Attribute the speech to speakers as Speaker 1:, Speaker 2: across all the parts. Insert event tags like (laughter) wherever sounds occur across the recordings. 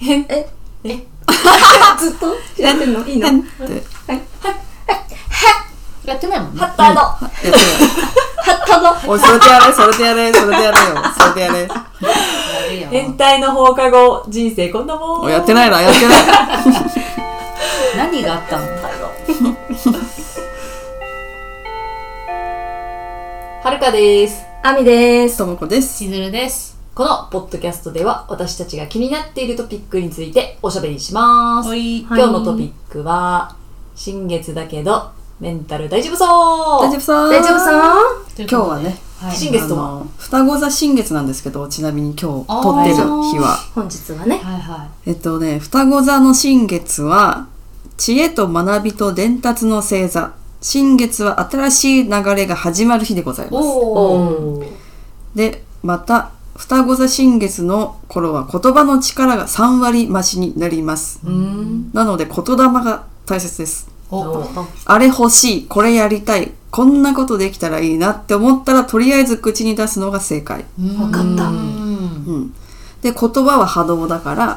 Speaker 1: え
Speaker 2: え
Speaker 1: え
Speaker 2: ずっとやってんのいいの
Speaker 3: へんって
Speaker 1: やってないもんね
Speaker 2: ハッターの
Speaker 3: やってない
Speaker 2: ハッターの
Speaker 3: おいそれでやれそれでやれそれでやれよそれでやれ
Speaker 1: やるよ
Speaker 4: 変態の放課後人生こんなも
Speaker 3: お
Speaker 4: ん
Speaker 3: やってないなやってない
Speaker 1: 何があったの
Speaker 4: はるかです
Speaker 2: アミです
Speaker 3: ともこです
Speaker 1: しずるです
Speaker 4: このポッドキャストでは私たちが気になっているトピックについておしゃべりします
Speaker 1: い
Speaker 4: 今日のトピックは新月だけどメンタル大丈夫そう
Speaker 3: 大丈夫さん
Speaker 2: 大丈夫さん
Speaker 3: 今
Speaker 1: 今
Speaker 3: 日はね
Speaker 1: はい
Speaker 4: 新月とは
Speaker 3: あの双子座新月なんですけどちなみに今日
Speaker 1: あー
Speaker 3: 撮ってる日は
Speaker 2: 本日はね
Speaker 1: はいは
Speaker 3: えっとね双子座の新月は知恵と学びと伝達の星座新月は新しい流れが始まる日でござい
Speaker 1: い
Speaker 3: ます
Speaker 1: おお
Speaker 4: ー
Speaker 3: でまた双子座新月の頃は言葉の力が3割増しになります
Speaker 1: うん
Speaker 3: なので言霊が大切です
Speaker 1: お
Speaker 3: あれ欲しいこれやりたいこんなことできたらいいなって思ったらとりあえず口に出すのが正解、
Speaker 1: わ
Speaker 2: かった
Speaker 1: うん
Speaker 3: うん、で言葉は波動だから、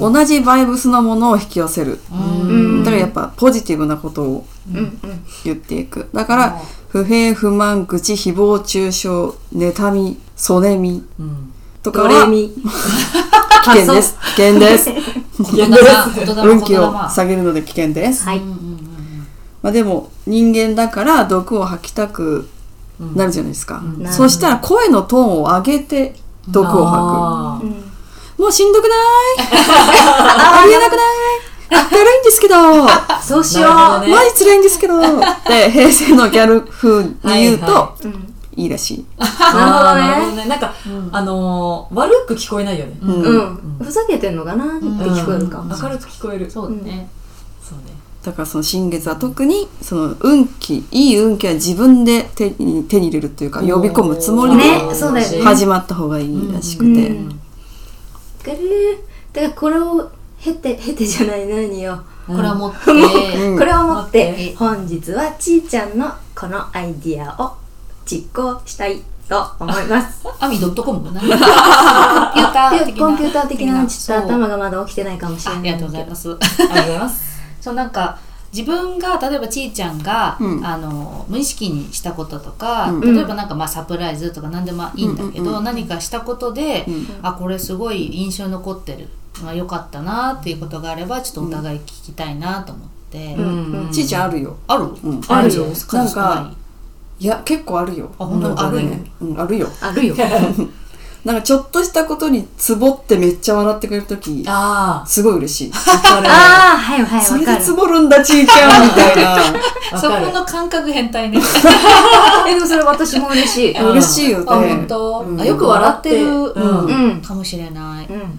Speaker 3: 同じバイブスのものを引き寄せる、
Speaker 2: うん
Speaker 3: だからやっぱポジティブなことを
Speaker 2: うんうん
Speaker 3: 言っていくだから不平不満愚痴誹謗中傷妬みそねみ
Speaker 4: うん
Speaker 3: とか
Speaker 2: ドレ
Speaker 3: は
Speaker 2: ミ
Speaker 3: 危険です危険です
Speaker 1: 言霊言霊
Speaker 3: 運
Speaker 1: 言
Speaker 3: 気
Speaker 1: 霊
Speaker 3: を下げるので危険です、
Speaker 2: はい
Speaker 1: うんうんうん
Speaker 3: まあ、でも人間だから毒を吐きたくなるじゃないですか、
Speaker 4: うん
Speaker 3: そしたら声のトーンを上げて毒を吐
Speaker 4: あ
Speaker 2: う
Speaker 4: ー
Speaker 2: ん
Speaker 3: くもうしんどく (laughs) ないありえなくない辛いんですけどマ
Speaker 2: そうしよ
Speaker 4: なるほどね
Speaker 3: ジ辛いんですけどって平成のギャル風に言う
Speaker 4: は
Speaker 3: と
Speaker 2: ううん
Speaker 3: いいらしい
Speaker 2: な
Speaker 4: あー
Speaker 2: る
Speaker 4: なる
Speaker 2: ほど
Speaker 4: ほど
Speaker 2: ね
Speaker 4: ねなんか、あのー、悪く聞こえないよね、
Speaker 3: うん
Speaker 2: うんふざけてんのかなって聞こえるかも
Speaker 4: 明るく聞こえる
Speaker 1: そうだね
Speaker 4: そうね
Speaker 3: だからその新月は特にその運気いい運気は自分で手に手に入れるというか呼び込むつもり
Speaker 2: ね
Speaker 3: で
Speaker 2: そうだよね
Speaker 3: 始まった方がいいらしくて、
Speaker 2: うんくるだからこれを経て (laughs) 経てじゃない何よ
Speaker 1: これは持って
Speaker 3: うん
Speaker 2: これを持っ
Speaker 1: 待って
Speaker 2: て本日はちーちゃんのこのアイディアを実行したいと思います。
Speaker 1: アミドットコムかなコンピュータ
Speaker 2: で
Speaker 1: ー的な
Speaker 2: コンピューター的なちょっと
Speaker 1: そう
Speaker 2: 頭がまだ起きてないかもしれ
Speaker 1: あ
Speaker 2: ない
Speaker 1: り
Speaker 2: けど。
Speaker 1: がとうございます
Speaker 4: ありがとうございます
Speaker 1: そうなんか自分が例えばちーちゃんが、
Speaker 3: うん
Speaker 1: あの無意識にしたこととか、
Speaker 3: うん
Speaker 1: 例えばなんかまあサプライズとか何でもいいんだけど、
Speaker 3: うんうんう
Speaker 1: 何かしたことで、
Speaker 3: うん
Speaker 1: あこれすごい印象に残ってるまあ、良かったなっていうことがあればちょっとお互い聞きたいなと思って、
Speaker 2: うん
Speaker 4: うん
Speaker 3: ちいちゃんあるよ
Speaker 1: ある、
Speaker 3: うん
Speaker 2: あるよ
Speaker 1: 数少
Speaker 3: なん
Speaker 1: ない
Speaker 3: や結構あるよ
Speaker 1: あ本当
Speaker 3: なんかねうん、あるよ
Speaker 2: あるよ。
Speaker 3: なんかちょっとしたことにツボってめっちゃ笑ってくれるとき
Speaker 4: あ
Speaker 3: すごい嬉しい
Speaker 4: あわかる
Speaker 2: ああはいはい
Speaker 3: (laughs) そ
Speaker 2: わ
Speaker 3: れ
Speaker 2: か
Speaker 3: で
Speaker 2: る
Speaker 3: ツ。ボるんだちいちゃんみたいな
Speaker 1: い
Speaker 4: わ
Speaker 1: そ
Speaker 4: かる
Speaker 1: この感覚変態ね
Speaker 2: えでもそれ私も嬉しい。
Speaker 4: うん
Speaker 3: (laughs) 嬉しいよね
Speaker 1: あ本当、
Speaker 3: うん
Speaker 1: あよく笑ってる、
Speaker 4: 笑って
Speaker 1: うん
Speaker 4: う
Speaker 2: うん
Speaker 1: かもしれない
Speaker 2: うん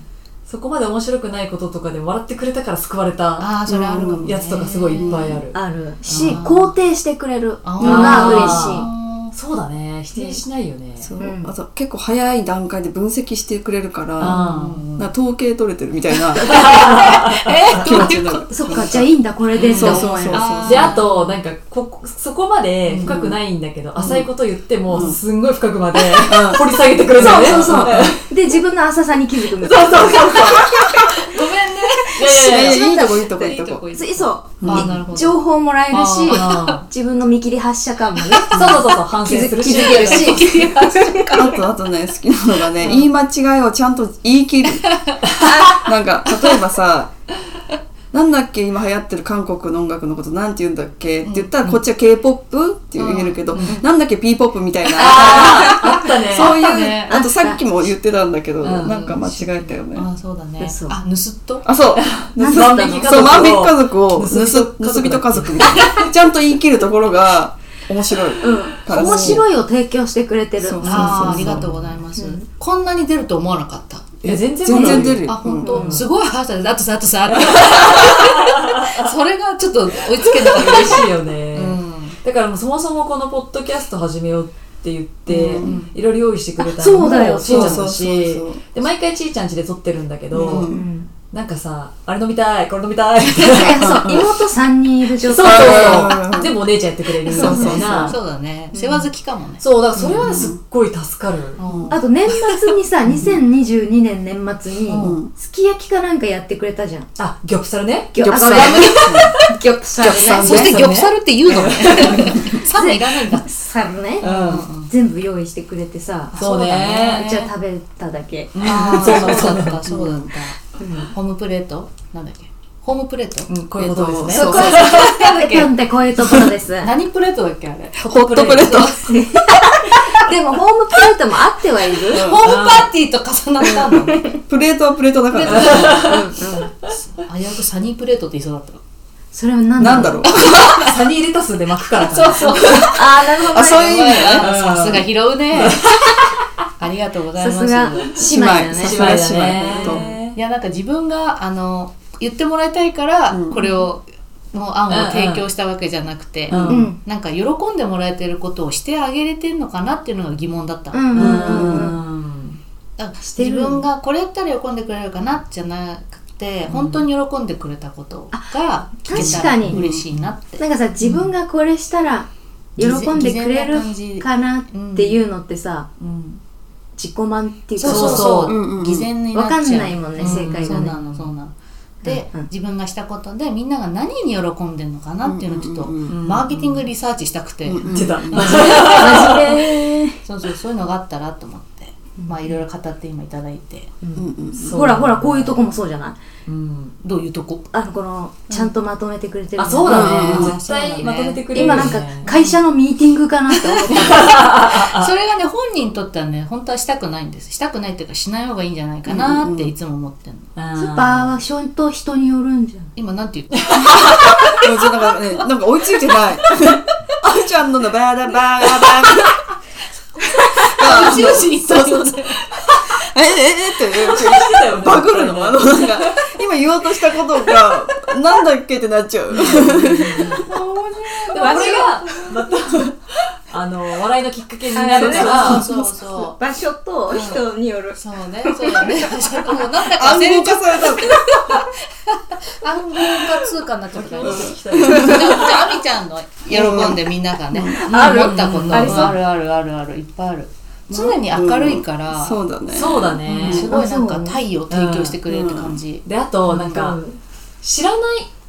Speaker 4: そこまで面白くないこととかで笑ってくれたから救われた
Speaker 1: ああそれあるかも、ね、
Speaker 4: やつとかすごいいっぱいある、
Speaker 2: あるし
Speaker 1: あー
Speaker 2: 肯定してくれるの
Speaker 1: あ
Speaker 2: が嬉し
Speaker 1: あー
Speaker 4: そうだね否定しないよね、
Speaker 3: そう、
Speaker 2: うん
Speaker 3: あと結構早い段階で分析してくれるから
Speaker 4: あー
Speaker 3: なんか統計取れてるみ
Speaker 2: (laughs)
Speaker 3: たいな気持ちになる
Speaker 2: い。そっかじゃあいいんだこれでって
Speaker 3: そう
Speaker 2: 思
Speaker 3: そう
Speaker 2: え
Speaker 3: そう
Speaker 2: る。
Speaker 1: あー
Speaker 4: であとなんかここそこまで深くないんだけど、浅いこと言っても、すんごい深くまで掘り下げてくれるのね
Speaker 2: そうそうそう。で自分の浅さに気づくみたいな。
Speaker 4: そうそうそう
Speaker 1: ごめんね
Speaker 3: いや
Speaker 4: で
Speaker 3: いやいいとこいいとこいいとこ
Speaker 1: い
Speaker 2: そうそう、
Speaker 1: あーなるほど
Speaker 2: 情報もらえるし
Speaker 4: あ
Speaker 2: 自分の見切り発車感もね
Speaker 4: そうそうそうそう反
Speaker 2: 気
Speaker 4: 省
Speaker 2: づ
Speaker 4: する
Speaker 2: 気
Speaker 4: し
Speaker 2: づけるし
Speaker 1: (laughs)
Speaker 3: あとあとね好きなのがね、言い間違いをちゃんと言い切るなんか例えばさなんだっけ今流行ってる韓国の音楽のことなんて言うんだっけって言ったらこっちは K-POP って言えるけど、なんだっけ P-POP みたいな
Speaker 4: あったね
Speaker 3: そういう
Speaker 1: あっ
Speaker 3: あ,、
Speaker 1: たね
Speaker 3: とさっきも言ってたんだけど、
Speaker 4: ん
Speaker 3: なんか間違えたよ (laughs) ね、
Speaker 1: あそうだね
Speaker 2: そう
Speaker 1: あ盗っと
Speaker 3: あそう
Speaker 2: なん
Speaker 3: そう
Speaker 2: だ
Speaker 3: 万
Speaker 2: った
Speaker 3: 引
Speaker 2: の
Speaker 3: き家族を盗
Speaker 4: 盗み家族
Speaker 3: 盗人家族みたいなちゃんと言い切るところが面白い、
Speaker 2: うん面白いを提供してくれてる
Speaker 3: そうそう
Speaker 1: あーありがとうございますこんなに出ると思わなかった
Speaker 4: いや全然
Speaker 3: 全然出る
Speaker 1: あ
Speaker 3: よ、
Speaker 1: 本当すごい話だねあとさあとさあとそれがちょっと追いつけなかった
Speaker 4: 嬉しいよね、
Speaker 1: うん
Speaker 4: だからもうそもそもこのポッドキャスト始めようって言って、いろいろ用意してくれた
Speaker 2: そうだよ
Speaker 4: ちーちゃ
Speaker 3: そう
Speaker 4: んだ
Speaker 3: そうそう
Speaker 4: し
Speaker 3: そう
Speaker 4: で毎回ちーちゃん家で撮ってるんだけど、
Speaker 3: うん
Speaker 2: うん
Speaker 4: なんかさ、あれ飲みたい、これ飲みたい。
Speaker 2: そう妹3人いる
Speaker 4: そう
Speaker 2: 状
Speaker 4: そう
Speaker 2: 態
Speaker 4: そう。全部お姉ちゃんやってくれるみたい
Speaker 2: そうそうそう
Speaker 4: な。
Speaker 1: そうだね世話好きかもね、
Speaker 4: そう、だからそれはねすっごい助かる。
Speaker 1: うん
Speaker 2: あと年末にさ2022年年末に、
Speaker 1: うん
Speaker 2: すき焼きかなんかやってくれたじゃん
Speaker 4: あ、ギョプサルね。
Speaker 2: ギョプサ
Speaker 3: ギョプ
Speaker 2: ルギョプサル
Speaker 3: ギョプサル
Speaker 2: ね
Speaker 1: そして玉サルって言うのねサルいらないんだ
Speaker 2: サルね、
Speaker 4: うん。
Speaker 2: 全部用意してくれてさ
Speaker 4: そう
Speaker 1: だ
Speaker 4: ね。
Speaker 2: じゃあ食べただけ、
Speaker 1: ああそ
Speaker 4: そ
Speaker 1: うう
Speaker 4: そうそう
Speaker 1: だったそうだった、ホームプレートなんだっけホームプレート、
Speaker 4: うん、こういうことですね。
Speaker 3: えっとそう
Speaker 2: これ食べたんでこういうところです
Speaker 1: 何プレートだっけあれ
Speaker 3: ホットプレート。
Speaker 2: でもホームプレートもあってはいる
Speaker 1: ホームパーティーと重なったの
Speaker 3: プレートはプレートだから。
Speaker 1: 危うくサニープレートって言いそうだった
Speaker 2: それは何
Speaker 3: なんだろう。
Speaker 4: サニーレタスで巻くからかな
Speaker 1: そう
Speaker 2: あーなるほどね
Speaker 3: あ、そういう意味ね。
Speaker 1: さすが拾うねありがとうござい
Speaker 2: さ
Speaker 1: ます
Speaker 2: すが姉妹だ
Speaker 3: 姉妹さ
Speaker 2: ね
Speaker 3: す
Speaker 4: 姉妹だね
Speaker 3: そう
Speaker 1: いやなんか自分があの言ってもらいたいから、
Speaker 3: うん
Speaker 1: これをの案を提供したわけじゃなくて、
Speaker 4: うん
Speaker 2: うん
Speaker 1: なんか喜んでもらえてることをしてあげれてんのかなっていうのが疑問だったの、
Speaker 2: うんう
Speaker 4: うん
Speaker 2: うんうん
Speaker 4: ん
Speaker 1: だから
Speaker 2: してる
Speaker 1: 自分がこれやったら喜んでくれるかなじゃなくて、本当に喜んでくれたことが聞け
Speaker 2: 確
Speaker 1: た
Speaker 2: からに
Speaker 1: 嬉しいなって、
Speaker 2: なんかさ自分がこれしたら喜んでくれるかなっていうのってさ
Speaker 4: うん
Speaker 2: 自己満っていうか
Speaker 1: そうそう
Speaker 2: う
Speaker 1: そ
Speaker 3: う
Speaker 1: う、
Speaker 3: んうんうん
Speaker 1: 偽善になっちゃう
Speaker 2: わかんないもんね
Speaker 1: う
Speaker 2: 正解がね
Speaker 1: そうなのそうなので、
Speaker 2: うんうん
Speaker 1: 自分がしたことでみんなが何に喜んでるのかなっていうのをちょっと、
Speaker 3: うんうん
Speaker 1: マーケティングリサーチしたくて、
Speaker 3: うん
Speaker 4: 言ってた。 (laughs)
Speaker 2: 真面目
Speaker 1: そうそうそういうのがあったらと思って、まあいろいろ語って今いただいて
Speaker 3: うんうん
Speaker 4: そう
Speaker 2: ほらほらこういうとこもそうじゃない
Speaker 4: うん
Speaker 1: どういうとこ
Speaker 2: あのこのちゃんとまとめてくれてる
Speaker 4: あ、そうだ
Speaker 1: うん
Speaker 4: ね。絶
Speaker 1: そうだ
Speaker 4: 対
Speaker 1: ね
Speaker 4: まとめてくれる。
Speaker 2: 今なんか会社のミーティングかなって思った
Speaker 1: それがね本人にとってはね本当はしたくないんですしたくないっていうかしない方がいいんじゃないかなっていつも思ってるの、
Speaker 2: スーパーは本当人によるんじゃん
Speaker 1: 今なんて言った
Speaker 3: でもちょっとなんかね、なんか追いついてない。あいちゃんののバーダバーダバー
Speaker 1: 宇宙人とそうそう
Speaker 3: ええええって、
Speaker 4: ー
Speaker 3: バグるのあの、なんか、今言おうとしたことが、なんだっけってなっちゃう。
Speaker 4: でもこれが、また、あの、笑いのきっかけになるか
Speaker 1: そうそ
Speaker 4: ら、
Speaker 1: うそ
Speaker 2: 場所と人による
Speaker 1: うそうねそうだねもうなんだか
Speaker 3: 暗
Speaker 1: 全
Speaker 3: 号
Speaker 1: 然
Speaker 3: 化された。
Speaker 1: 暗号化通貨になっちゃったからじゃあ、みちゃんの喜んでみんながね、思ったことあ
Speaker 4: ありそう
Speaker 1: るあるあるあるいっぱいある常に明るいから、
Speaker 3: そうだね。
Speaker 4: そうだね。
Speaker 1: すごいなんか
Speaker 2: あそう
Speaker 1: 太陽を提供してくれるって感じ、
Speaker 4: で、あと、なんか
Speaker 2: うん、
Speaker 4: 知らな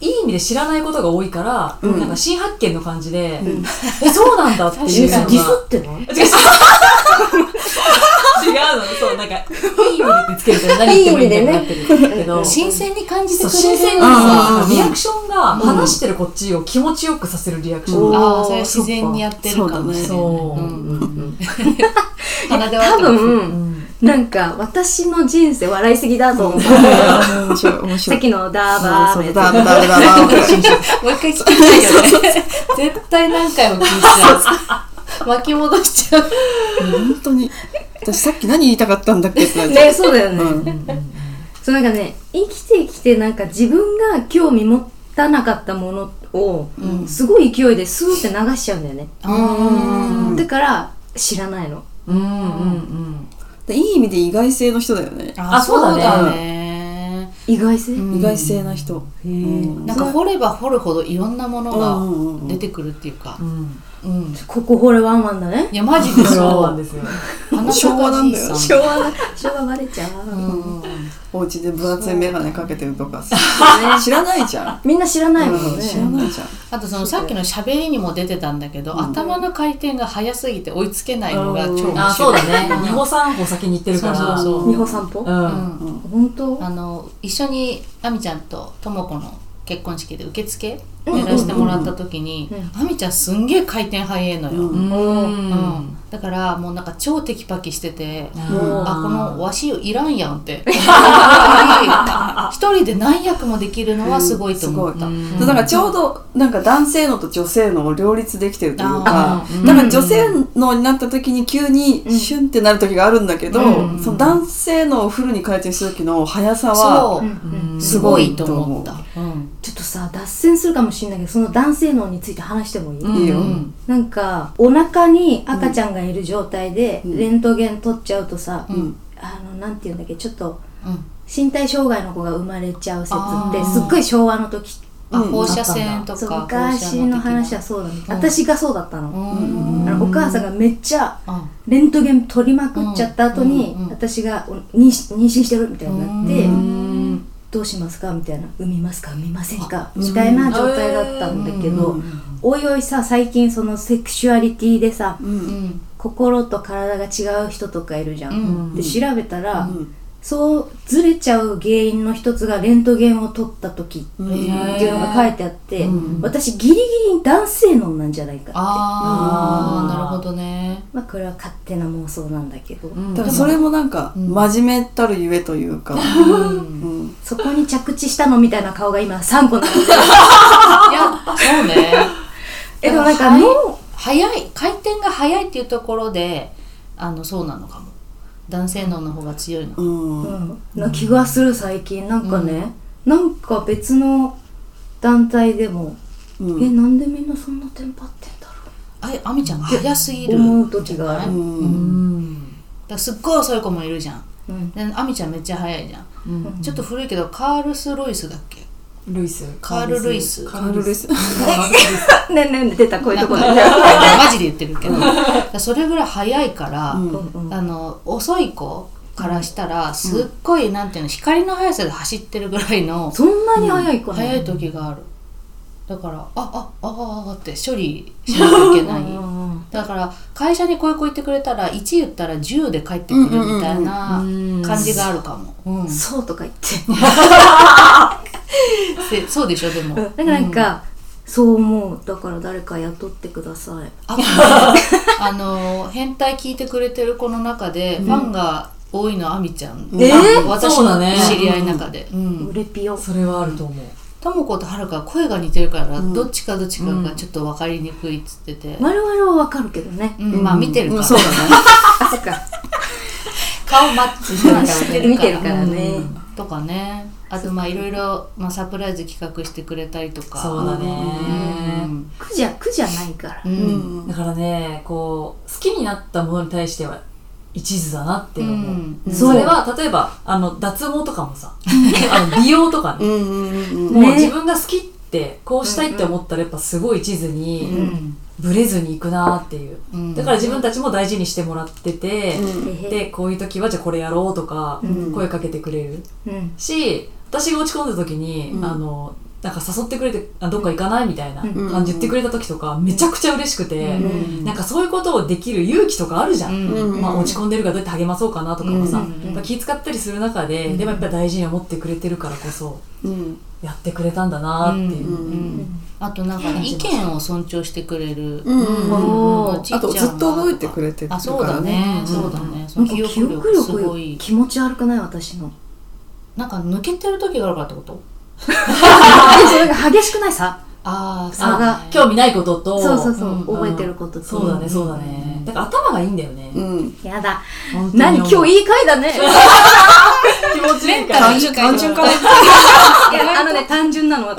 Speaker 4: い、いい意味で知らないことが多いから、
Speaker 3: うん
Speaker 4: なんか新発見の感じで、え、そうなんだっていう
Speaker 2: ディ
Speaker 4: のが。
Speaker 2: スっての
Speaker 4: 違う違う違うのそうなんかいい意味でつけると何言ってもいいんだよなってるけど
Speaker 1: 新鮮に感じてく
Speaker 4: そう
Speaker 1: れる
Speaker 4: 新鮮に
Speaker 3: あ
Speaker 4: さ
Speaker 3: ー
Speaker 4: リアクションが話してるこっちを気持ちよくさせるリアクションが
Speaker 1: ああそれは自然にやってるかもしれない
Speaker 4: そう
Speaker 1: うん
Speaker 4: うん
Speaker 1: 鼻で
Speaker 2: 多
Speaker 1: 笑ってます
Speaker 4: う
Speaker 2: 分
Speaker 4: ん
Speaker 2: なんか私の人生笑いすぎだと思う
Speaker 3: 面白い、
Speaker 2: さ
Speaker 3: 面白
Speaker 2: っ
Speaker 3: い。
Speaker 2: きのダーバー
Speaker 3: そ
Speaker 2: のや
Speaker 3: う
Speaker 2: つ
Speaker 3: だ、だ、だ、
Speaker 1: もう一回聞きたいよね絶対何回も聞い
Speaker 4: (laughs)
Speaker 1: ちゃう巻き戻しちゃう
Speaker 3: 本当に。私さっき何言いたかったんだっけってなっちゃ
Speaker 2: ねそうだよね、
Speaker 3: う。うん。
Speaker 2: そうなんかね生きてきてなんか自分が興味持たなかったものを、すごい勢いでスーって流しちゃうんだよね、
Speaker 1: あ
Speaker 2: だから知らないの
Speaker 4: うんうんうん
Speaker 3: いい意味で意外性の人だよね。
Speaker 1: あ
Speaker 4: あそうだね
Speaker 1: ね
Speaker 2: 意外性、
Speaker 3: 意外性な人。うん
Speaker 1: なんか掘れば掘るほどいろんなもの
Speaker 3: うんうんうんう
Speaker 1: が
Speaker 3: ん
Speaker 1: 出てくるっていうか
Speaker 4: う、ん
Speaker 1: うん、
Speaker 2: ここほれワンワンだね
Speaker 1: いやマジで
Speaker 4: そう
Speaker 1: そ
Speaker 4: なん
Speaker 1: う
Speaker 4: ですよ
Speaker 1: 花
Speaker 3: 昭和なんだよ
Speaker 1: 坂じいさ
Speaker 2: 昭和昭和バレちゃう、
Speaker 1: んうんうん
Speaker 3: お家で分厚い眼鏡かけてるとかさ。知らないじゃん。
Speaker 2: みんな知らないもん
Speaker 3: うん
Speaker 2: ね、
Speaker 3: 知らないじゃん。
Speaker 1: あとそのさっきの喋りにも出てたんだけど、頭の回転が速すぎて追いつけないのが超面白い
Speaker 4: あそうだね二歩三歩先に行ってるから
Speaker 1: そうそうそう
Speaker 2: 二歩散歩、
Speaker 4: うん
Speaker 1: うん
Speaker 2: 本当
Speaker 1: あの一緒にあみちゃんとともこの結婚式で受付やらせてもらった時に、
Speaker 2: うんうん
Speaker 1: あみちゃんすんげえ回転早いのよ、
Speaker 3: う
Speaker 4: うんん
Speaker 1: うんだからもうなんか超テキパキしてて、
Speaker 4: うん
Speaker 1: あこのわしいらんやんって一人で何役もできるのはすごいと思った、
Speaker 4: うんすごい
Speaker 3: だからちょうどなんか男性のと女性のを両立できてるというか
Speaker 1: あ、
Speaker 4: ー
Speaker 3: だから女性のになった時に急にシュンってなる時があるんだけど、
Speaker 1: うん
Speaker 3: その男性のをフルに回転する時の速さは
Speaker 1: そうう、
Speaker 2: んうん
Speaker 4: うん
Speaker 1: すごいと思った、うん
Speaker 2: ちょっとさ脱線するかもしれないけどその男性能について話してもいい、
Speaker 3: いいよ。
Speaker 4: う
Speaker 2: なんかお腹に赤ちゃんがいる状態で
Speaker 3: うん
Speaker 2: レントゲン取っちゃうとさ、
Speaker 1: うん
Speaker 2: あのなんていうんだっけちょっと
Speaker 1: うん
Speaker 2: 身体障害の子が生まれちゃう説ってすっごい昭和の時
Speaker 1: あ
Speaker 3: うん
Speaker 1: 放射線と
Speaker 2: そう
Speaker 1: か
Speaker 2: 昔の話は
Speaker 1: は
Speaker 2: そうだね
Speaker 1: うん
Speaker 2: 私がそうだった
Speaker 1: う
Speaker 2: のあ
Speaker 1: ん
Speaker 2: のお母さんがめっちゃ
Speaker 1: あ
Speaker 2: レントゲン取りまくっちゃった後に、
Speaker 1: うんうんうん
Speaker 2: 私がお妊娠妊娠してるみたいになって、
Speaker 1: うん
Speaker 2: どうしますかみたいな産みますか産みませんかみたいな状態だったんだけど、
Speaker 3: うん
Speaker 2: おいおいさ最近そのセクシュアリティでさ
Speaker 3: うんうん
Speaker 2: 心と体が違う人とかいるじゃん、
Speaker 1: うん
Speaker 2: で調べたら、
Speaker 3: うん
Speaker 2: そうずれちゃう原因の一つがレントゲンを取った時っていうのが書いてあって、
Speaker 1: うん
Speaker 2: 私ギリギリ男性脳なんじゃないかって
Speaker 1: あ
Speaker 4: うん
Speaker 1: ーなるほどね
Speaker 2: まあこれは勝手な妄想なんだけど、
Speaker 3: だからそれもなんか真面目たるゆえというか、うん
Speaker 2: そこに着地したのみたいな顔が今3個なの
Speaker 1: いやそうね
Speaker 2: (laughs) えでもなんか
Speaker 1: はい
Speaker 2: 脳
Speaker 1: 早い回転が早いっていうところであのそうなのかも男性脳の方が強いの
Speaker 3: うん
Speaker 2: な気がする最近なんかね、なんか別の団体でも、
Speaker 3: うん
Speaker 2: えなんでみんなそんなテンパってんだろ
Speaker 1: ああみちゃん早すぎ
Speaker 2: う
Speaker 1: る
Speaker 2: 思う時があ
Speaker 1: う
Speaker 2: る、
Speaker 3: うん
Speaker 1: だからすっごい遅い子もいるじゃん
Speaker 2: うん
Speaker 1: であみちゃんめっちゃ早いじゃん、
Speaker 4: うん
Speaker 1: ちょっと古いけどカールス・ロイスだっけ
Speaker 4: ルイス。
Speaker 1: カールルイス
Speaker 4: カ
Speaker 3: カ
Speaker 4: ー
Speaker 3: ー
Speaker 4: ル
Speaker 3: ル
Speaker 4: ル
Speaker 3: で
Speaker 4: イス。
Speaker 3: す
Speaker 2: ねねね出たこういう
Speaker 1: な
Speaker 2: と
Speaker 1: ん
Speaker 2: こ
Speaker 1: か
Speaker 2: ろ
Speaker 1: なん
Speaker 2: (laughs)
Speaker 1: か (laughs) マジで言ってるけどだからそれぐらい早いから、
Speaker 3: うん
Speaker 2: うん
Speaker 1: あの遅い子からしたらすっごい、なんていうの光の速さで走ってるぐらいの
Speaker 2: そんなに早い子なの
Speaker 1: 速い時があるだからあああああって処理しなきゃいけない
Speaker 2: うん
Speaker 1: だから会社にこういう子言ってくれたら1言ったら10で帰ってくるみたいな感じがあるかも、うん
Speaker 2: そうとか言って
Speaker 1: せそうでしょでも、
Speaker 2: だからなんか、そう思うだから誰か雇ってください
Speaker 1: あとねあの変態聞いてくれてる子の中でファンが多いのはあみちゃん、
Speaker 3: え
Speaker 2: ー
Speaker 1: 私
Speaker 4: そうだ
Speaker 1: の
Speaker 4: ね
Speaker 1: 知り合いの中でうん
Speaker 2: 売れピヨ
Speaker 4: それはあると思う。
Speaker 1: とも子とはるかは声が似てるから、
Speaker 3: うん
Speaker 1: どっちかどっちかがちょっと分かりにくいっつってて、
Speaker 2: 我々はわかるけどね
Speaker 1: うんまあ見てるから、
Speaker 3: うんそうだね
Speaker 2: あそっか
Speaker 1: 顔マッチしてるからね
Speaker 2: 見てるからね
Speaker 1: うんとかねあとまあいろいろ、まあ、サプライズ企画してくれたりとか
Speaker 4: そうだ
Speaker 1: う
Speaker 4: ね。
Speaker 1: ん
Speaker 2: 苦じゃ苦じゃないから
Speaker 1: う
Speaker 3: うんん
Speaker 4: だからね、こう、好きになったものに対しては、一途だなっていうのも。
Speaker 1: うん
Speaker 4: それは、例えば、あの、脱毛とかもさ、 (laughs) あの美容とかね
Speaker 3: う、んうんうん
Speaker 4: もう
Speaker 2: ね
Speaker 4: 自分が好きって、こうしたいって思ったら、やっぱすごい一途
Speaker 1: う
Speaker 4: に、
Speaker 1: ん
Speaker 4: ブレずにいくなっていう。
Speaker 1: うん
Speaker 4: だから自分たちも大事にしてもらってて、
Speaker 3: うん
Speaker 2: へへ
Speaker 4: で、こういう時は、じゃあこれやろうとか、声かけてくれる。
Speaker 2: うん
Speaker 4: し私が落ち込んだ時に、
Speaker 3: うん
Speaker 4: あのなんか誘ってくれてあどっか行かないみたいな
Speaker 2: うん
Speaker 4: 感じ言ってくれた時とかめちゃくちゃ嬉しくて、
Speaker 1: うん
Speaker 4: なんかそういうことをできる勇気とかあるじゃん、
Speaker 1: うん
Speaker 4: まあ、落ち込んでるからどうやって励まそうかなとかもさ、
Speaker 1: うんうんうん
Speaker 4: やっぱ気遣ったりする中で、でもやっぱり大事に思ってくれてるからこそ
Speaker 3: うん
Speaker 4: やってくれたんだなっていう、
Speaker 1: うんうんあとなんかね意見を尊重してくれる、
Speaker 3: うん
Speaker 2: おー
Speaker 1: ち
Speaker 3: あ
Speaker 1: っち
Speaker 3: と
Speaker 1: ゃん
Speaker 3: ずっと覚えて
Speaker 1: れ
Speaker 3: くれてるか
Speaker 1: あそうだ
Speaker 3: ら
Speaker 1: ね
Speaker 3: ね、
Speaker 1: そうだねそ
Speaker 2: なん
Speaker 1: の
Speaker 2: か
Speaker 1: 記
Speaker 2: 記
Speaker 1: 憶
Speaker 2: 憶
Speaker 1: 力すご
Speaker 2: 力
Speaker 1: い
Speaker 2: 気持ち悪くない私の
Speaker 1: なんか抜けてる時があるからってこと
Speaker 2: あそれが激しくないさ
Speaker 1: ああ
Speaker 2: 差が
Speaker 1: 今
Speaker 4: 興味ないことと
Speaker 2: そうそうそう、
Speaker 1: うん
Speaker 2: 覚えてることと
Speaker 4: そうだねそうだね、だから頭がいいんだよね、
Speaker 3: うん
Speaker 2: やだ
Speaker 4: 本当に
Speaker 2: 何
Speaker 4: 思う
Speaker 2: 今日いい回だね
Speaker 4: 気持ちいいか
Speaker 1: メンタ
Speaker 4: ら
Speaker 1: ルい
Speaker 3: 単
Speaker 1: い
Speaker 3: 純単純か
Speaker 2: い (laughs) やあのね単純なの私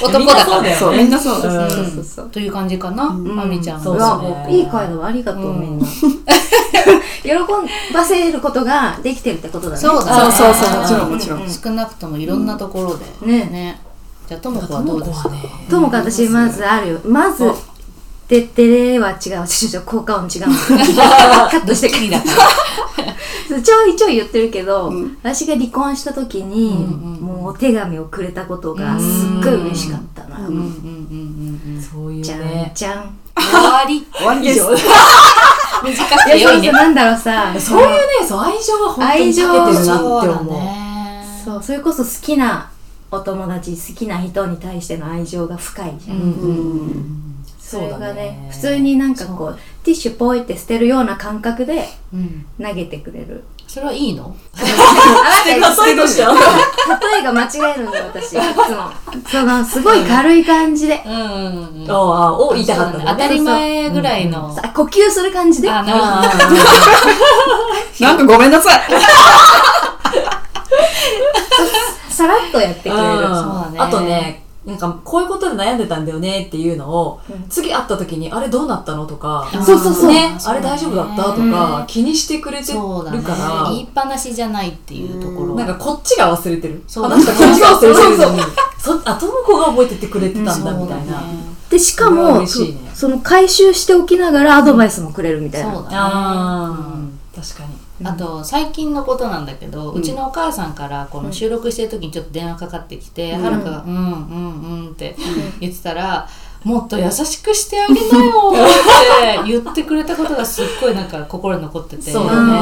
Speaker 1: 日男だから
Speaker 4: みんな
Speaker 3: らそうみんなそうだ
Speaker 4: うん
Speaker 2: そうそうそう
Speaker 1: という感じかな、あみちゃん
Speaker 4: そうう
Speaker 2: わ
Speaker 4: だね
Speaker 2: もういい回だわありがとう、
Speaker 1: うん
Speaker 2: みんな (laughs) 喜ばせることができてるってことだね
Speaker 1: そうだ
Speaker 3: そう
Speaker 1: ね
Speaker 3: そうそうもちろんもちろん
Speaker 1: 少なくともいろんなところで、
Speaker 2: うんね
Speaker 1: じゃあともこは
Speaker 4: と
Speaker 1: ど
Speaker 4: も
Speaker 1: うで
Speaker 4: こ
Speaker 1: すか
Speaker 4: はね
Speaker 2: ともかく私まずあるよまず「てってれ」は違うちょちょ効果音違うカットして
Speaker 1: いいだか
Speaker 2: ちょいちょい言ってるけど、
Speaker 3: うん
Speaker 2: 私が離婚した時に、
Speaker 1: うんうん
Speaker 2: もうお手紙をくれたことがすっごい嬉しかったな、
Speaker 1: うんうんうんうんうん
Speaker 4: そういう
Speaker 2: じゃん
Speaker 4: ね
Speaker 2: じゃん
Speaker 1: 終わり
Speaker 3: 終わりです
Speaker 1: 短
Speaker 2: い
Speaker 1: く
Speaker 2: や
Speaker 1: て
Speaker 2: そ
Speaker 1: 良
Speaker 2: う
Speaker 1: い
Speaker 2: そう
Speaker 1: ね
Speaker 2: なんだろうさ
Speaker 4: そういうね、そう愛情は本当にかけてるなって思う。
Speaker 1: ね
Speaker 2: そうそれこそ好きなお友達好きな人に対しての愛情が深いじゃん、
Speaker 3: うん
Speaker 2: それがね普
Speaker 4: そうだ
Speaker 2: 通になんかこうティッシュポイって捨てるような感覚で
Speaker 1: うん
Speaker 2: 投げてくれる
Speaker 1: それはいいの
Speaker 2: あなんか
Speaker 4: 例えとしては
Speaker 2: 例えが間違えるんだよ私いつもそのすごい軽い感じで
Speaker 1: うんうんうん
Speaker 4: ああ、を言いたかった
Speaker 1: 当たり前ぐらいの
Speaker 2: さ呼吸する感じで
Speaker 1: あなるほど
Speaker 4: あ
Speaker 3: なんかごめんなさい
Speaker 2: さらっとやってくれる
Speaker 1: そうだね
Speaker 4: あとね、なんかこういうことで悩んでたんだよねっていうのを、
Speaker 2: うん
Speaker 4: 次会った時にあれどうなったのとか、
Speaker 1: あー
Speaker 2: そうそうそう
Speaker 4: ね、
Speaker 1: そう
Speaker 4: あれ大丈夫だったとか、気にしてくれてる
Speaker 1: そうだね
Speaker 4: か
Speaker 1: 言いっぱなしじゃないっていうところ
Speaker 4: ら、なんかこっちが忘れてる。
Speaker 1: そう
Speaker 4: 話したこっちが忘れてるのに、そあ、との子が覚えててくれてたんだみたいな。
Speaker 2: でしか
Speaker 4: それは
Speaker 2: も
Speaker 4: 嬉しいね
Speaker 2: そその回収しておきながらアドバイスもくれるみたいな、
Speaker 1: そうだね
Speaker 4: あ
Speaker 1: うん
Speaker 4: ー、確かに。
Speaker 1: あと最近のことなんだけど、うんちのお母さんからこの収録してる時にちょっと電話かかってきて、
Speaker 3: うん
Speaker 1: はるかが「うんうんうん」って言ってたら「もっと優しくしてあげなよ」って言ってくれたことがすっごいなんか心に残ってて
Speaker 4: そう
Speaker 2: う
Speaker 4: だ
Speaker 2: ん
Speaker 4: ね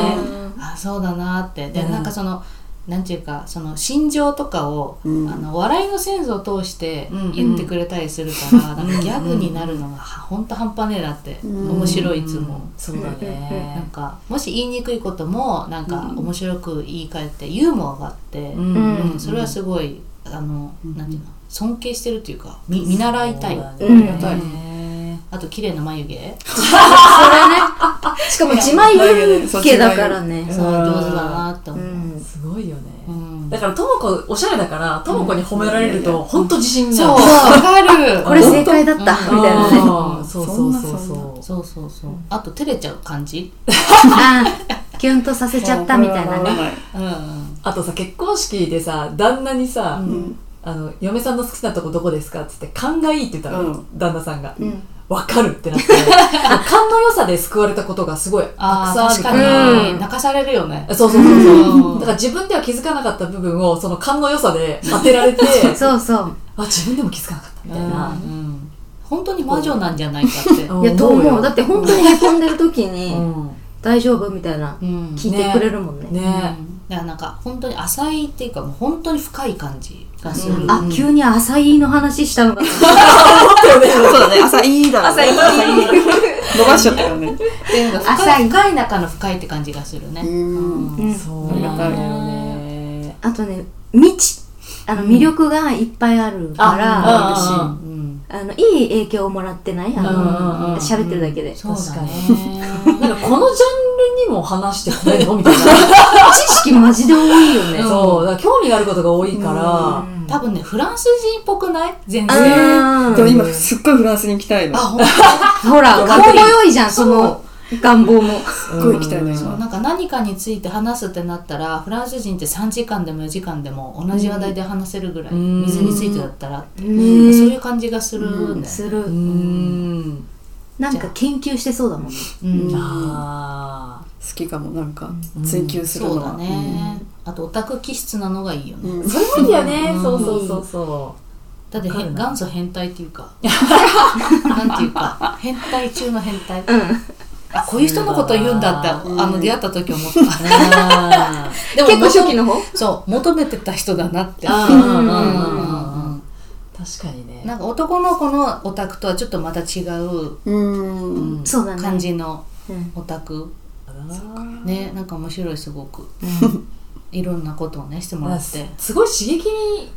Speaker 1: あそうだなってで、
Speaker 4: うん
Speaker 1: なんかそのなんていうかその心情とかを、
Speaker 3: うん
Speaker 1: あの笑いのセンスを通して
Speaker 4: うん
Speaker 1: 言ってくれたりするから、
Speaker 4: ん
Speaker 1: なんかギャグになるのが本当半端ねえなって、
Speaker 3: うん
Speaker 1: 面白いいつも。
Speaker 4: そうだ
Speaker 1: なん
Speaker 4: ね。
Speaker 1: かもし言いにくいこともなんか
Speaker 3: うん
Speaker 1: 面白く言い換えてユーモアがあって、
Speaker 4: うん
Speaker 2: うん
Speaker 1: うんそれはすごいあの、
Speaker 3: うん
Speaker 1: なんていうの尊敬してるというか見見習いた
Speaker 2: う
Speaker 1: い、
Speaker 2: ん
Speaker 4: そうだね
Speaker 1: あと綺麗な眉毛、
Speaker 2: (laughs) それねしかも自前文系だからね
Speaker 1: そう上手だなって
Speaker 2: う
Speaker 1: 思う、うん
Speaker 2: ん
Speaker 4: すごいよね。
Speaker 1: うん
Speaker 4: だから、ともこ、おしゃれだから、ともこに褒められると、ほんと自信にな
Speaker 1: そう
Speaker 4: る。
Speaker 1: わかる
Speaker 2: (laughs) これ正解だったみ
Speaker 4: み
Speaker 2: た
Speaker 4: た
Speaker 2: い
Speaker 4: い
Speaker 2: な
Speaker 4: な
Speaker 2: ね
Speaker 4: ね
Speaker 1: うん
Speaker 4: そうそうそう
Speaker 3: そんな
Speaker 4: そう。
Speaker 1: そうそうそうあと照れちゃう感じ
Speaker 2: あーキュンとさせちゃったみたいなね
Speaker 3: ね。
Speaker 1: うんうん
Speaker 4: あとさ、結婚式でさ、旦那にさ、
Speaker 3: うん
Speaker 4: あの、嫁さんの好きなとこどこですかって言って、勘がいいって言ったの、
Speaker 3: うん
Speaker 4: 旦那さんが。
Speaker 2: うん
Speaker 4: わかるってなって、 (laughs) 勘の良さで救われたことがすごいたく
Speaker 1: あ
Speaker 4: さん
Speaker 1: あ
Speaker 4: あ
Speaker 1: 確
Speaker 4: る
Speaker 1: か
Speaker 4: から。
Speaker 1: に、
Speaker 2: うん
Speaker 1: 泣かされるよね
Speaker 4: そうそうそうそう
Speaker 1: う。ん
Speaker 4: だから自分では気づかなかった部分を、その勘の良さで当てられて、
Speaker 2: そうそう
Speaker 4: あ、自分でも気づかなかったみたいな。
Speaker 1: うんうん本当に魔女なんじゃないかって、
Speaker 2: いやと思うだって本当にへこんでる時
Speaker 4: 当
Speaker 2: に
Speaker 4: うん。
Speaker 2: 大丈夫みたいな
Speaker 1: うん
Speaker 2: 聞いてくれるもんね
Speaker 4: ね
Speaker 1: うんだからなんか本当に浅いっていうかもう本当に深い感じがする、
Speaker 4: うん
Speaker 2: あ急に浅井の話したのかと思った
Speaker 3: そうだね、朝いいだろうね。伸ばしちゃったよね。
Speaker 1: でなんか
Speaker 2: 浅
Speaker 1: 深
Speaker 2: い
Speaker 1: い深い中の深いって感じがするね、
Speaker 3: うん
Speaker 1: うん
Speaker 4: そうなんだよね。
Speaker 2: (laughs) あとね未知あの魅力がいっぱいあるから、
Speaker 4: あ
Speaker 1: 私
Speaker 4: う
Speaker 1: うん
Speaker 2: あのいい影響をもらってないあ
Speaker 4: うんうんうん
Speaker 2: の喋、ってるだけで、
Speaker 1: そうだね
Speaker 4: なんかこのジャンルにも話してくれるのみたいな。
Speaker 2: 知識マジで多いよね、
Speaker 1: うん
Speaker 4: そう、だから興味があることが多いから、
Speaker 2: うん
Speaker 1: 多分ねフランス人っぽくない全然
Speaker 2: あ
Speaker 3: でも
Speaker 2: ー
Speaker 3: 今すっごいフランスに行きたいの。
Speaker 1: あ
Speaker 3: す
Speaker 1: 本当
Speaker 2: ほらかっこよいじゃん
Speaker 1: そ
Speaker 2: そうの願望も
Speaker 3: っごい行きたいの
Speaker 1: そう
Speaker 3: 今。
Speaker 1: なんか何かについて話すってなったらフランス人って3時間でも4時間でも同じ話題で話せるぐらい、
Speaker 4: うん
Speaker 1: 水についてだったら、
Speaker 2: う
Speaker 1: そうい
Speaker 2: ん
Speaker 1: う感じがするんだよね、
Speaker 2: する、
Speaker 4: うーん。
Speaker 2: なんか研究してそうだもんね
Speaker 1: うん
Speaker 4: あ
Speaker 3: 好きかも、なんか、追求する
Speaker 1: そう
Speaker 3: の
Speaker 1: だ
Speaker 3: は。
Speaker 1: ね、あとオタク気質なのがいいよね、
Speaker 3: うん
Speaker 4: ー。それもいいんだよね。
Speaker 1: うん
Speaker 4: そうそうそうそ
Speaker 1: だってへ
Speaker 4: わかるな
Speaker 1: 元祖変態ってい
Speaker 2: (laughs)
Speaker 1: うかなんていうか変態中の変態、あこういう人のこと言うんだって
Speaker 3: うん
Speaker 1: あの出会った時思っ
Speaker 4: う。
Speaker 1: た
Speaker 4: あー
Speaker 1: で
Speaker 2: 結構初期
Speaker 1: の
Speaker 2: の方
Speaker 1: そう求めてた人だなって
Speaker 4: あ
Speaker 2: う
Speaker 4: ー
Speaker 2: んうんうん
Speaker 1: うんうん
Speaker 4: 確かにね。
Speaker 1: なんか男の子のオタクとはちょっとまた違う
Speaker 3: うん。
Speaker 2: そうだね
Speaker 1: 感じの
Speaker 2: うん
Speaker 1: オタク
Speaker 4: そうか
Speaker 1: ねなんか面白いすごく
Speaker 2: うん
Speaker 1: (laughs) いろんなことをねしてもらって
Speaker 4: すごい刺激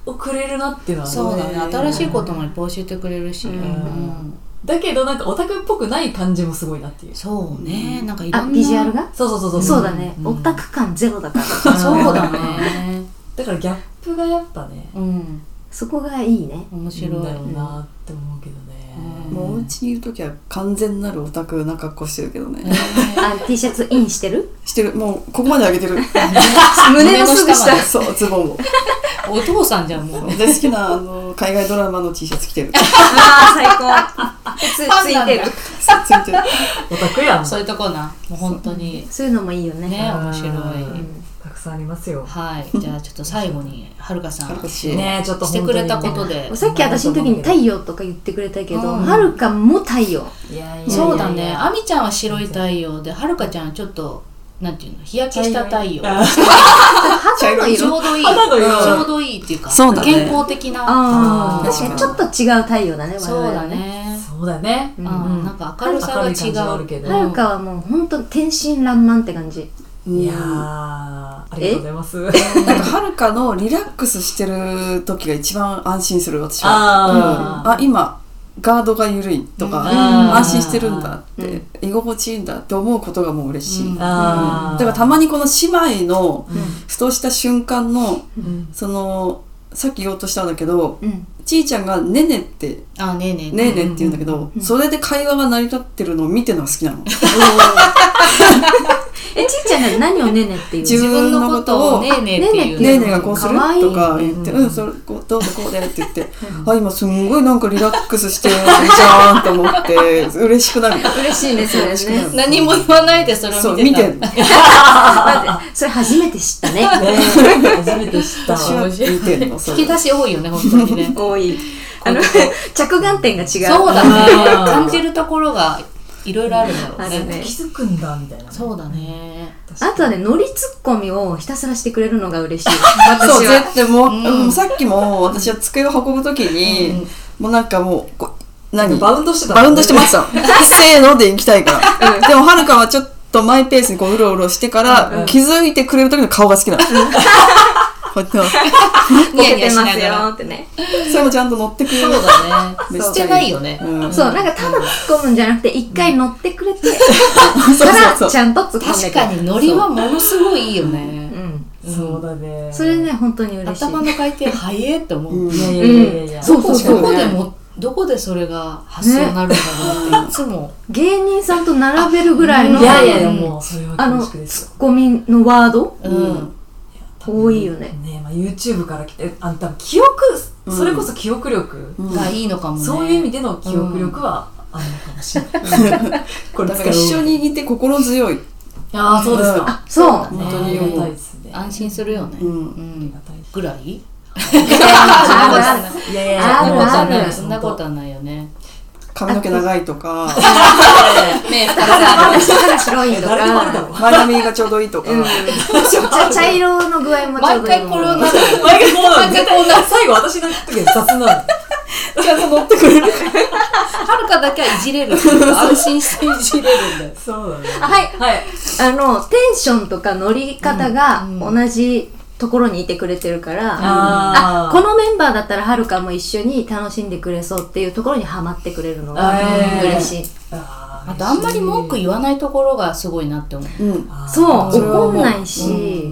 Speaker 4: をくれるなっていうのは。
Speaker 1: そうだね新しいことともいっぱい教えてくれるし、
Speaker 2: うん
Speaker 1: うん
Speaker 4: だけどなんかオタクっぽくない感じもすごいなっていう。
Speaker 1: そうねなんかいろ
Speaker 2: あ
Speaker 1: んな
Speaker 2: ビジュアルが
Speaker 4: そうそうそうそう。
Speaker 2: そうだね、
Speaker 4: ん
Speaker 2: オタ。ク感ゼロだから
Speaker 1: そうだね。
Speaker 4: だからギャップがやっぱね、
Speaker 1: うん。
Speaker 2: そこがいいね
Speaker 1: 面
Speaker 4: 面
Speaker 1: 白い。
Speaker 4: だろう (laughs) なって思うけどね。
Speaker 1: うん
Speaker 3: もうお家にいるときは完全なるオタクな格好してるけどね。
Speaker 2: あ T シャツインしてる
Speaker 3: してる、もうここまで上げて
Speaker 4: (laughs)
Speaker 3: る。
Speaker 2: 胸のすぐ下
Speaker 1: 胸の下
Speaker 3: そう、ズボンを。
Speaker 1: お父さんじゃん、もう。
Speaker 3: で、好きなあの海外ドラマの T シャツ着
Speaker 4: (laughs)
Speaker 3: てる。
Speaker 2: ああ最高つつ
Speaker 1: ファンなんだ
Speaker 2: いてる
Speaker 3: ついてる。
Speaker 4: オタクやん。
Speaker 1: そういうとこな。もう本当に。
Speaker 2: そういうのもいいよね
Speaker 1: ね、
Speaker 4: うん
Speaker 1: 面白い。
Speaker 4: たくさんありますよ。
Speaker 1: はい。じゃあちょっと最後に、はるかさん。
Speaker 3: はるか
Speaker 1: し
Speaker 3: し
Speaker 4: ねえちょっと
Speaker 1: て
Speaker 4: 本当
Speaker 1: く
Speaker 4: に
Speaker 1: れたことで。
Speaker 2: さっき私の時に太陽とか言ってくれたけど、
Speaker 1: うん
Speaker 2: はるかも太陽。
Speaker 4: いやいやいや
Speaker 1: そうだね。あみちゃんは白い太陽で、はるかちゃんはちょっと、なんていうの、日焼けした太陽。
Speaker 4: あ
Speaker 2: 肌の
Speaker 1: (laughs) ちょ
Speaker 2: 色。
Speaker 1: うどいい。ち
Speaker 4: 肌の色
Speaker 1: ょうどいいっていうか、
Speaker 3: そうだね
Speaker 1: 健康的な。
Speaker 2: あ
Speaker 4: あー
Speaker 2: あ、確かにちょっと違う太陽だね、
Speaker 1: そうだ
Speaker 2: はね。
Speaker 1: ね。
Speaker 4: そうだね。
Speaker 1: う
Speaker 2: うんん
Speaker 1: なんか明るさが違
Speaker 4: 明るい感じはあるけ
Speaker 1: う。
Speaker 4: ど
Speaker 2: はるかはもう本当天真爛漫って感じ。
Speaker 4: いやー、
Speaker 3: うん
Speaker 4: ありがとうございます。
Speaker 3: なんかはるかのリラックスしてる時が一番安心する私は。
Speaker 4: あ
Speaker 3: あ今ガードが緩いとか、
Speaker 1: うん
Speaker 3: 安心してるんだって、
Speaker 2: うん
Speaker 3: 居心地いいんだって思うことがもう嬉しい、
Speaker 1: うん
Speaker 3: だ
Speaker 4: あー。
Speaker 3: からたまにこの姉妹の
Speaker 4: うん
Speaker 3: ふとした瞬間の
Speaker 4: うん
Speaker 3: そのさっき言おうとしたんだけど
Speaker 2: うん
Speaker 3: ちいちゃんが「ねね」って
Speaker 1: あねえねえ
Speaker 3: 「ねえね」って言うんだけど、それで会話が成り立ってるのを見てるのが好きなの
Speaker 2: えちいちゃんが何をねねっていう
Speaker 3: 自
Speaker 1: 自
Speaker 3: 分
Speaker 1: 分
Speaker 3: の
Speaker 1: の
Speaker 3: こ
Speaker 1: ことと
Speaker 3: を
Speaker 1: をねえねえっていう
Speaker 3: ねえねえがこうする
Speaker 2: かわいい
Speaker 3: とか言って、うん、それこうどうぞこうでって言って、あ、今すんごいなんかリラックス (laughs) してるじゃんと思って、嬉しくなる。
Speaker 2: 嬉しいねそれ
Speaker 3: 嬉しくな
Speaker 2: ね
Speaker 3: る
Speaker 1: 何も言わないでそれ
Speaker 3: そ
Speaker 1: を
Speaker 3: う、
Speaker 1: 見
Speaker 3: 見
Speaker 1: て
Speaker 3: て
Speaker 1: た
Speaker 3: る。
Speaker 2: 待ってそれ初めて知ったね
Speaker 4: 初めて知った。
Speaker 3: 私は見てるの、そ
Speaker 1: 引
Speaker 3: れ
Speaker 1: き。出し多いよね本当
Speaker 2: (laughs)
Speaker 1: にね
Speaker 2: 多いあの着眼点が違う
Speaker 1: そうだ
Speaker 4: うん
Speaker 1: ね感じるところがいろいろあるんだろ
Speaker 2: あ
Speaker 1: う
Speaker 2: る
Speaker 1: ね
Speaker 2: ね
Speaker 4: 気づくんだ、みたいな。
Speaker 1: そうだね
Speaker 2: あとはねノリツッコミをひたすらしてくれるのが嬉しい
Speaker 3: そう、
Speaker 2: 私は
Speaker 3: 絶対もう、
Speaker 1: うん
Speaker 3: うんさっきも私は机を運ぶときに、
Speaker 1: うん
Speaker 3: もうなんかもう、こう何
Speaker 4: バウンドしてた。
Speaker 3: バウンドしてました。せーので行きたいから。でも、はるかはちょっとマイペースにこう、うろうろしてから、
Speaker 4: うん
Speaker 3: 気づいてくれる時の顔が好きなの。こうやって
Speaker 2: ボケて
Speaker 1: し
Speaker 2: ま
Speaker 1: な
Speaker 2: す
Speaker 1: が
Speaker 2: よ
Speaker 1: ら
Speaker 2: ってね
Speaker 3: それもちゃんと乗ってくれ
Speaker 1: (laughs) そ
Speaker 3: る
Speaker 1: う。だ
Speaker 3: め
Speaker 1: ね
Speaker 3: っちゃいい
Speaker 1: 捨てないよね
Speaker 3: うん
Speaker 2: そうなんかただ突っ込むんじゃなくて一回乗ってくれてからちゃんと突っ込んでくれ
Speaker 1: 確
Speaker 2: る
Speaker 1: かにノリはものすごいいいよね
Speaker 2: うん
Speaker 4: そうだね。
Speaker 2: それね本当に嬉しい
Speaker 1: 頭の回転早えって思う、
Speaker 3: うん
Speaker 4: いやいやいやいや。
Speaker 2: うんそう
Speaker 1: どこ
Speaker 3: そうそう
Speaker 1: どこでもどこでそれが発想になるんだろうなって、いつも
Speaker 2: 芸人さんと並べるぐらいの
Speaker 4: いやいやいや、もう、それは
Speaker 2: あの
Speaker 4: 恐縮です
Speaker 2: ツ。ッコミのワード
Speaker 1: うん、
Speaker 2: 多いよね
Speaker 4: ねまあ、YouTube から来てあの多分記憶、
Speaker 3: うん
Speaker 4: それこそ記憶力、
Speaker 3: うん
Speaker 1: がいいのかもね
Speaker 4: そういう意味での記憶力はあるのかもしれない、これ
Speaker 3: だから一緒にいて心強い。
Speaker 4: ああそうですか、
Speaker 2: あそう
Speaker 3: 本当に
Speaker 4: ありがたいですね
Speaker 1: 安心するよね、
Speaker 3: う
Speaker 1: うんん
Speaker 4: ありがたいです
Speaker 1: ぐらい
Speaker 2: ある
Speaker 4: いやいや
Speaker 2: ある
Speaker 4: そんなことはない
Speaker 2: あ
Speaker 4: で
Speaker 2: る
Speaker 4: す
Speaker 1: そんなことはないよね
Speaker 3: 髪の毛長いとか、
Speaker 1: (laughs) 目二つ
Speaker 2: あ
Speaker 1: あ
Speaker 2: る下が白い
Speaker 4: 本
Speaker 2: と
Speaker 4: 当誰でもあるだ
Speaker 2: か
Speaker 4: ろう
Speaker 3: 前髪がちょうどいいとか、
Speaker 2: うん茶茶色の具合もち
Speaker 1: る
Speaker 2: ょ
Speaker 1: 毎
Speaker 2: うどいい
Speaker 1: 回これをなる
Speaker 4: 毎回こうなの
Speaker 1: 毎回こうな
Speaker 4: 最後私の時は雑な
Speaker 3: ちゃんと乗ってくれる。
Speaker 1: はるかだけはいじ (laughs) れる安心していじれるんだよ
Speaker 4: のそうだね
Speaker 2: あはい
Speaker 4: はい
Speaker 2: あのテンションとか乗り方が
Speaker 1: うんうん
Speaker 2: 同じところにいてくれてるから、
Speaker 4: あ
Speaker 2: あこのメンバーだったらはるかも一緒に楽しんでくれそうっていうところにはまってくれるのが
Speaker 4: えー
Speaker 2: 嬉しい、
Speaker 4: あー
Speaker 1: あとあんまり文句
Speaker 4: 嬉しい
Speaker 1: 言わないところがすごいなって思う
Speaker 3: うん。
Speaker 4: あー
Speaker 2: そう
Speaker 3: それは
Speaker 2: 怒
Speaker 3: 思うん
Speaker 2: ないし、
Speaker 1: う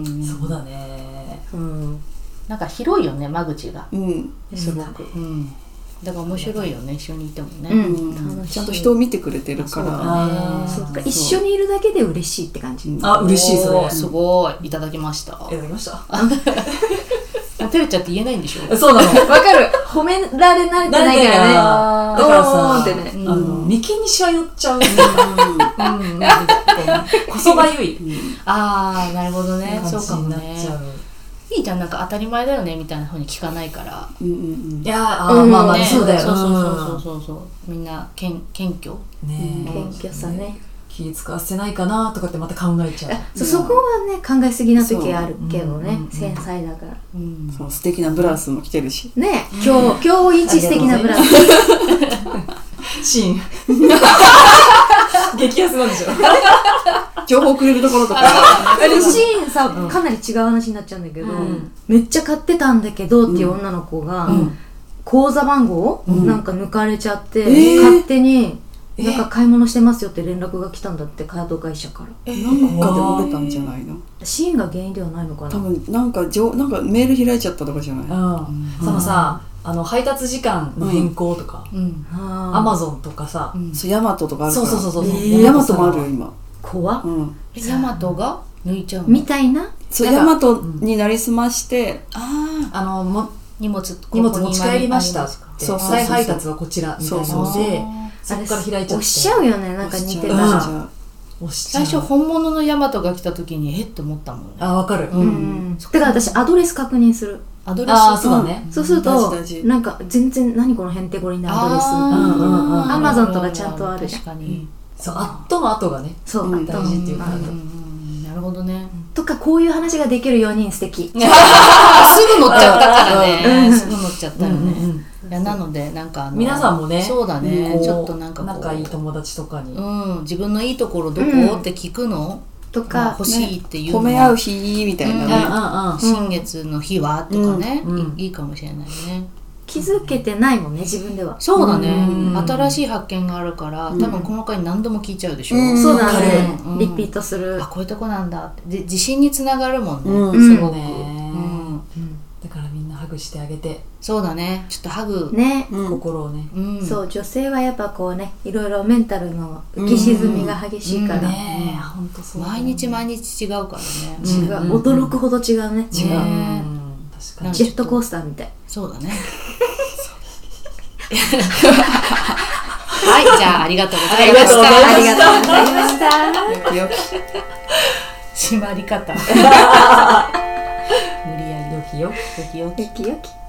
Speaker 1: ん
Speaker 4: そうだね
Speaker 2: うん
Speaker 1: なんか広いよね間口が
Speaker 3: うん。
Speaker 1: すごく、うん、だから面白いよね一緒にいてもね、
Speaker 2: うん
Speaker 3: うんちゃんと人を見てくれてるから。
Speaker 4: あー
Speaker 2: そっか一緒にいるだけで嬉しいって感じ、
Speaker 3: うん
Speaker 4: あ嬉しいそ
Speaker 1: お
Speaker 4: れ
Speaker 1: ーすごいいただきました
Speaker 4: いただきました
Speaker 1: 照れちゃって言えないんでしょ
Speaker 4: そうなの
Speaker 2: わかる褒められ慣れて
Speaker 4: な
Speaker 2: なんい
Speaker 4: で
Speaker 2: からね
Speaker 4: だからさ、
Speaker 2: おーんって
Speaker 4: あ
Speaker 1: ね
Speaker 4: の、眉間にしわ寄っちゃうね。
Speaker 1: うん
Speaker 4: こそばゆい。
Speaker 1: ああなるほどね
Speaker 4: 感
Speaker 1: そう
Speaker 4: じ
Speaker 1: か
Speaker 4: に
Speaker 1: も
Speaker 4: なっ
Speaker 1: ね
Speaker 4: ちゃう。
Speaker 1: いいじゃんなんか当たり前だよねみたいな風に聞かないから
Speaker 3: うんうん
Speaker 4: いやー、あー
Speaker 2: うん
Speaker 4: まあまあ、
Speaker 1: ね
Speaker 4: そうだよ。
Speaker 1: そうそうそうそうそうみんなけん謙虚
Speaker 4: うんね
Speaker 2: 謙虚さね、
Speaker 4: 気使わせないかなとかってまた考えちゃう。
Speaker 2: そうそこはね考えすぎな時あるけどね、
Speaker 4: そうう
Speaker 2: 繊
Speaker 4: ん
Speaker 2: 細だから
Speaker 1: うん
Speaker 3: うん。そう、素敵なブラウスも着てるし。
Speaker 2: ね今日今日一素敵なブラウス
Speaker 4: シーン。激安なんでしょ。
Speaker 3: 情報くれるところとか。
Speaker 2: シーンさかなり違う話になっちゃうんだけど、
Speaker 4: うん
Speaker 2: めっちゃ買ってたんだけどっていう女の子が、口座番号、なんか抜かれちゃって、
Speaker 3: えー
Speaker 2: 勝手に
Speaker 4: え
Speaker 2: なんか買い物してますよって連絡が来たんだってカード会社から
Speaker 3: なんかで漏れたんじゃないの
Speaker 2: シーンが原因ではないのか
Speaker 3: 多
Speaker 2: な
Speaker 3: 分、なんか、じょなんかメール開いちゃったとかじゃない
Speaker 4: (laughs) うん。そのさ、あの、配達時間の変更とか、
Speaker 1: うん
Speaker 4: ア
Speaker 2: あ
Speaker 4: マゾンとかさ、
Speaker 1: うん
Speaker 3: そう、ヤマトとかあるか
Speaker 4: そう
Speaker 3: ら。
Speaker 4: そうそうそう。
Speaker 3: うヤマトもあるよ、今。
Speaker 2: 怖っ
Speaker 3: うん。
Speaker 1: えヤマトが抜いちゃうの
Speaker 2: みたいな
Speaker 3: そう、
Speaker 4: なんか
Speaker 3: ヤマトになりすまして、
Speaker 1: ああ
Speaker 4: あの、も
Speaker 1: 荷物
Speaker 4: 荷物持ち帰りましたっ
Speaker 1: ここ
Speaker 4: て、
Speaker 3: そうそうそうそう
Speaker 4: 再配達はこちらみたいな
Speaker 1: にあり
Speaker 4: の
Speaker 1: ます
Speaker 4: で、
Speaker 2: あ
Speaker 4: そ
Speaker 2: れ
Speaker 4: こから開いちゃって。
Speaker 2: 押しちゃうよねなんか似てた
Speaker 4: 押し
Speaker 2: ら
Speaker 4: ちゃう押しちゃ
Speaker 1: 最
Speaker 4: う。
Speaker 1: 初本物のヤマトが来た時にえって思ったもんね
Speaker 4: あ、わかる。
Speaker 1: う
Speaker 2: うんんだから私アドレス確認する
Speaker 1: アドレス
Speaker 4: ああ、そうだね。
Speaker 2: そうすると
Speaker 3: 大事大事
Speaker 2: なんか全然何このへんてこりんなアドレス
Speaker 4: うんうんうん
Speaker 1: あー
Speaker 2: Amazon とかちゃんとあるじゃん
Speaker 1: 確かに、
Speaker 4: そう、あっとの後がね、
Speaker 2: そう、
Speaker 3: うん
Speaker 2: あ
Speaker 4: 大
Speaker 2: と
Speaker 4: 事っていうか、
Speaker 1: うんうんなるほどね、
Speaker 2: とかこういう話ができる4人素敵
Speaker 1: すぐ乗っちゃったからね、すぐ乗っちゃったよね、
Speaker 4: うんうん
Speaker 1: いやなのでなんかあの
Speaker 4: 皆さんもね
Speaker 1: そうだね、
Speaker 4: こう
Speaker 1: ちょっとなんかこう
Speaker 4: 仲いい友達とかに、
Speaker 1: うん、自分のいいところどこ、
Speaker 2: うん
Speaker 1: って聞くの
Speaker 2: と
Speaker 1: が
Speaker 2: か
Speaker 1: 欲しいっていうの
Speaker 3: 褒
Speaker 1: は
Speaker 3: め合う日、みたい
Speaker 4: うんうん
Speaker 3: なね。
Speaker 4: うん
Speaker 1: 新月の日はとかね、
Speaker 4: うんうん
Speaker 1: いいいかもしれないね
Speaker 2: 気づけてないもんね自分では
Speaker 1: そうだね、
Speaker 4: うん
Speaker 1: 新しい発見があるから多分この回何度も聞いちゃうでしょ、
Speaker 3: うん
Speaker 2: そうだね
Speaker 1: うん
Speaker 2: リピートする
Speaker 1: あこういうとこなんだってで自信につながるもんね、
Speaker 3: うん
Speaker 1: す
Speaker 2: う
Speaker 1: ご
Speaker 2: ん
Speaker 1: く、
Speaker 4: ね
Speaker 1: うん
Speaker 4: だからみんなハグしてあげて、
Speaker 1: そうだねちょっとハグ、
Speaker 2: ね、
Speaker 3: うん
Speaker 4: 心をね
Speaker 1: うん、
Speaker 2: そう女性はやっぱこうねいろいろメンタルの浮き沈みが激しいから、
Speaker 1: うん
Speaker 4: ねえ本当そう
Speaker 1: 毎日毎日違うからね、
Speaker 2: 違う、
Speaker 4: うんうん
Speaker 2: 驚くほど違うね
Speaker 4: 違う、
Speaker 1: ね
Speaker 4: うん確かに
Speaker 1: なん
Speaker 2: ジェットコースターみたい
Speaker 1: そうだねはいじゃあありがとうございました
Speaker 4: ありがとうございまし
Speaker 2: う
Speaker 4: た
Speaker 2: ございました (laughs)
Speaker 3: よくよく
Speaker 1: 締まり方無理やり
Speaker 4: 良きよ
Speaker 1: ドキドキ
Speaker 2: よきよき